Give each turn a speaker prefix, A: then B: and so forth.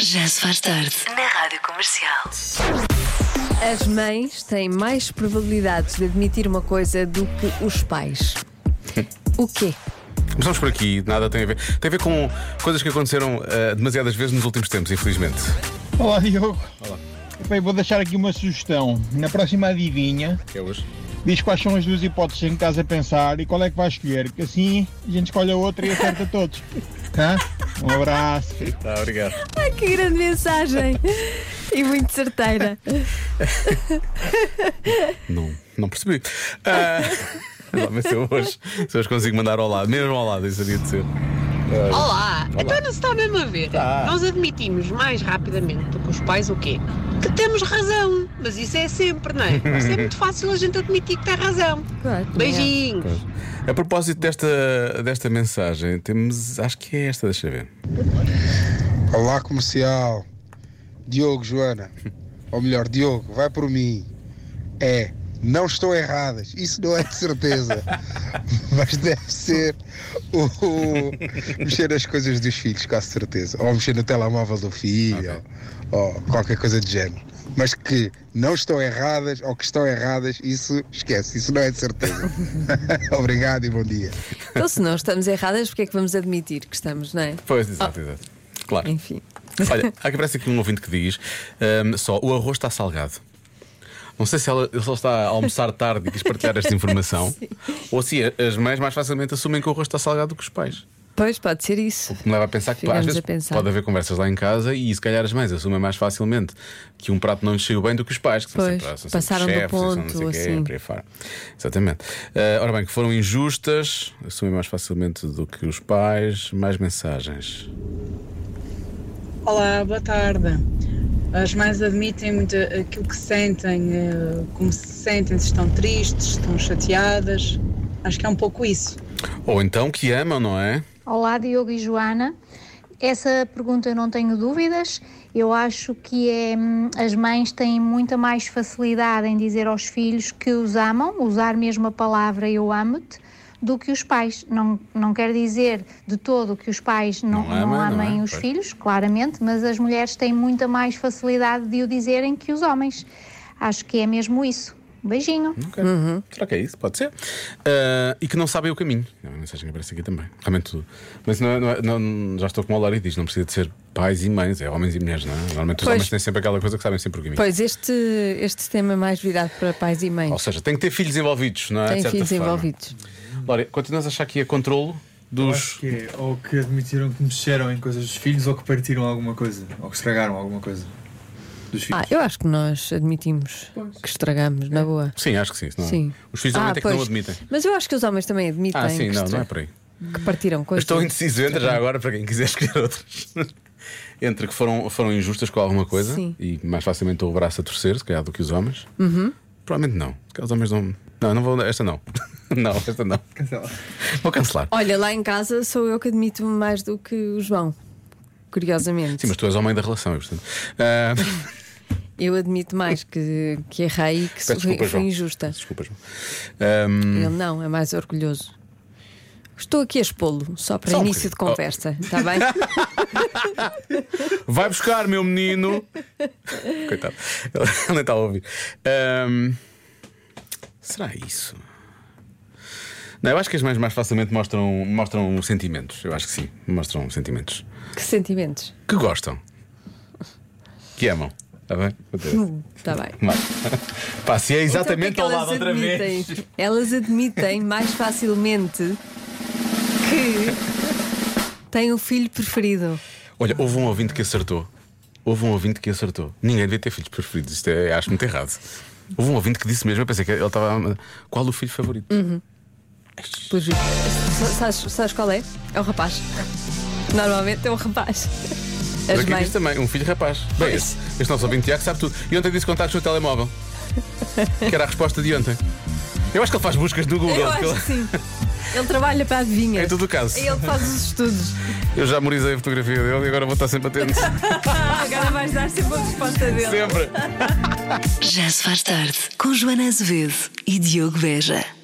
A: Já se faz tarde.
B: na Rádio Comercial.
C: As mães têm mais probabilidades de admitir uma coisa do que os pais. O quê?
D: Começamos por aqui, nada tem a ver. Tem a ver com coisas que aconteceram ah, demasiadas vezes nos últimos tempos, infelizmente.
E: Olá, Diogo. Bem, vou deixar aqui uma sugestão. Na próxima adivinha,
D: Que é hoje?
E: diz quais são as duas hipóteses em que estás a pensar e qual é que vais escolher, que assim a gente escolhe a outra e acerta todos. Hã? Um abraço.
D: Tá, obrigado.
C: Ai, que grande mensagem! E muito certeira.
D: Não, não percebi. Ah, Lá ver se eu hoje, se hoje consigo mandar ao lado, mesmo ao lado, isso havia de ser.
F: Olá, então não se está mesmo a ver. Nós admitimos mais rapidamente do que os pais o quê? Que temos razão, mas isso é sempre, não é? Isso é muito fácil a gente admitir que tem razão.
C: Claro, claro.
F: Beijinhos.
D: A propósito desta, desta mensagem, temos. Acho que é esta, deixa eu ver.
G: Olá comercial, Diogo, Joana, ou melhor, Diogo, vai por mim. É, não estão erradas, isso não é de certeza, mas deve ser o, o- mexer nas coisas dos filhos, com a certeza, ou mexer no telemóvel do filho, ou, ou qualquer coisa do género. Mas que não estão erradas ou que estão erradas, isso esquece, isso não é de certeza. Obrigado e bom dia.
C: Então, se não estamos erradas, porque é que vamos admitir que estamos, não é?
D: Pois, exato, exato. Claro.
C: Enfim.
D: Olha, há que parece aqui um ouvinte que diz: ahm, só o arroz está salgado. Não sei se ela, se ela está a almoçar tarde e quis partilhar esta informação, ou se a- as mães mais facilmente assumem que o arroz está salgado do que os pais.
C: Pois pode ser isso.
D: Me leva a pensar que pá,
C: Ficamos
D: às
C: a
D: vezes
C: pensar.
D: pode haver conversas lá em casa e se calhar as mães assumem mais facilmente que um prato não lhes saiu bem do que os pais, que são
C: Pois,
D: sempre, ah, são sempre
C: passaram do
D: chefes, e são não sei
C: ponto,
D: o quê,
C: assim.
D: por aí fora. Exatamente. Ah, ora bem, que foram injustas, assumem mais facilmente do que os pais, mais mensagens.
H: Olá, boa tarde. As mães admitem muito aquilo que sentem, eh, como se sentem, se estão tristes, se estão chateadas. Acho que é um pouco isso.
D: Ou então que amam, não é?
I: Olá, Diogo e Joana. Essa pergunta eu não tenho dúvidas. Eu acho que é, hum, as mães têm muita mais facilidade em dizer aos filhos que os amam, usar mesmo a palavra eu amo-te, do que os pais. Não, não quer dizer de todo que os pais não,
D: Não
I: não,
D: amam, não
I: amem
D: é?
I: os
D: Pois.
I: filhos, claramente, mas as mulheres têm muita mais facilidade de o dizerem que os homens. Acho que é mesmo isso. Beijinho.
D: Ok.
C: Uhum.
D: Será que é isso? Pode ser. Ah, e que não sabem o caminho. É uma mensagem que aparece aqui também. Realmente tudo. Mas não é- não é- não- já estou com o Laura e diz: não precisa de ser pais e mães, é homens e mulheres, não é? Normalmente os
C: Pois.
D: homens têm sempre aquela coisa que sabem sempre o caminho.
C: Pois este, este tema é mais virado para pais e
D: Ou
C: mães.
D: seja, tem que ter filhos envolvidos, não é? De
C: Têm
D: certa
C: filhos
D: forma.
C: envolvidos.
D: Laura, continuas a achar que é controlo
J: Acho
D: dos.
J: que é, ou que admitiram que mexeram em coisas dos filhos, ou que partiram alguma coisa, ou que estragaram alguma coisa dos filhos.
C: Ah, eu acho que nós admitimos que estragamos, na boa.
D: Sim, acho que sim. Não é?
C: Sim.
D: Os filhos
C: ah,
D: realmente é que não
C: pois.
D: admitem.
C: Mas eu acho que os homens também admitem
D: Ah, sim,
C: que,
D: não,
C: estra-
D: não é por aí.
C: que partiram
D: Eu
C: coisas.
D: Estou indeciso, entra já agora para quem quiser escolher outras. Entre que foram, foram injustas com alguma coisa
C: Sim.
D: e mais facilmente dou o braço a torcer, se calhar, do que os homens. Provavelmente não. Se calhar os homens não. Não, não vou. Esta não. não, esta não.
J: Cancela.
D: Vou cancelar.
C: Olha, lá em casa sou eu que admito mais do que o João. Curiosamente.
D: Sim, mas tu és homem da relação, e, portanto. ah,
C: Eu admito mais que, que errei e que
D: peço
C: sou-
D: desculpa,
C: fui
D: João. Hum.
C: injusta.
D: Peço Desculpa, João. Ahm,
C: Ele não, é mais orgulhoso. Estou aqui a expô-lo, só para
D: Só um
C: início de
D: bocadinho.
C: conversa, está bem?
D: Vai buscar, meu menino. Coitado, ele nem está a ouvir. Ahm, será isso? Não, eu acho que as mães mais facilmente mostram, mostram sentimentos. Eu acho que sim, mostram sentimentos.
C: que sentimentos?
D: Que gostam. Que amam. Está bem? Vou ter esse.
C: Está Tá bem.
D: Vai. Pá, se é exatamente
C: Então, o
D: ao
C: que é que
D: lado outra
C: elas
D: vez.
C: admitem? Elas admitem mais facilmente que têm o filho preferido.
D: Olha, houve um ouvinte que acertou. Houve um ouvinte que acertou. Ninguém devia ter filhos preferidos. Isto é, acho muito errado. Houve um ouvinte que disse mesmo. Eu pensei que ele estava. Qual o filho favorito?
C: Pois, sabes, sabes qual é? É o rapaz. Normalmente é o rapaz.
D: Mas
C: As
D: aqui
C: mães.
D: diz também, um filho rapaz. Bem, este, este nosso ouvinte Tiago sabe tudo. E ontem disse contactos no telemóvel. que era a resposta de ontem. Eu acho que ele faz buscas no Google.
C: Eu
D: porque
C: acho
D: ele- É
C: que sim. Ele trabalha para adivinhar.
D: Em todo o caso.
C: Ele faz os estudos.
D: Eu já memorizei a fotografia dele e agora vou estar sempre atento.
C: Agora vais dar sempre a resposta dele.
D: sempre.
A: Já se faz tarde com Joana Azevedo e Diogo Veja.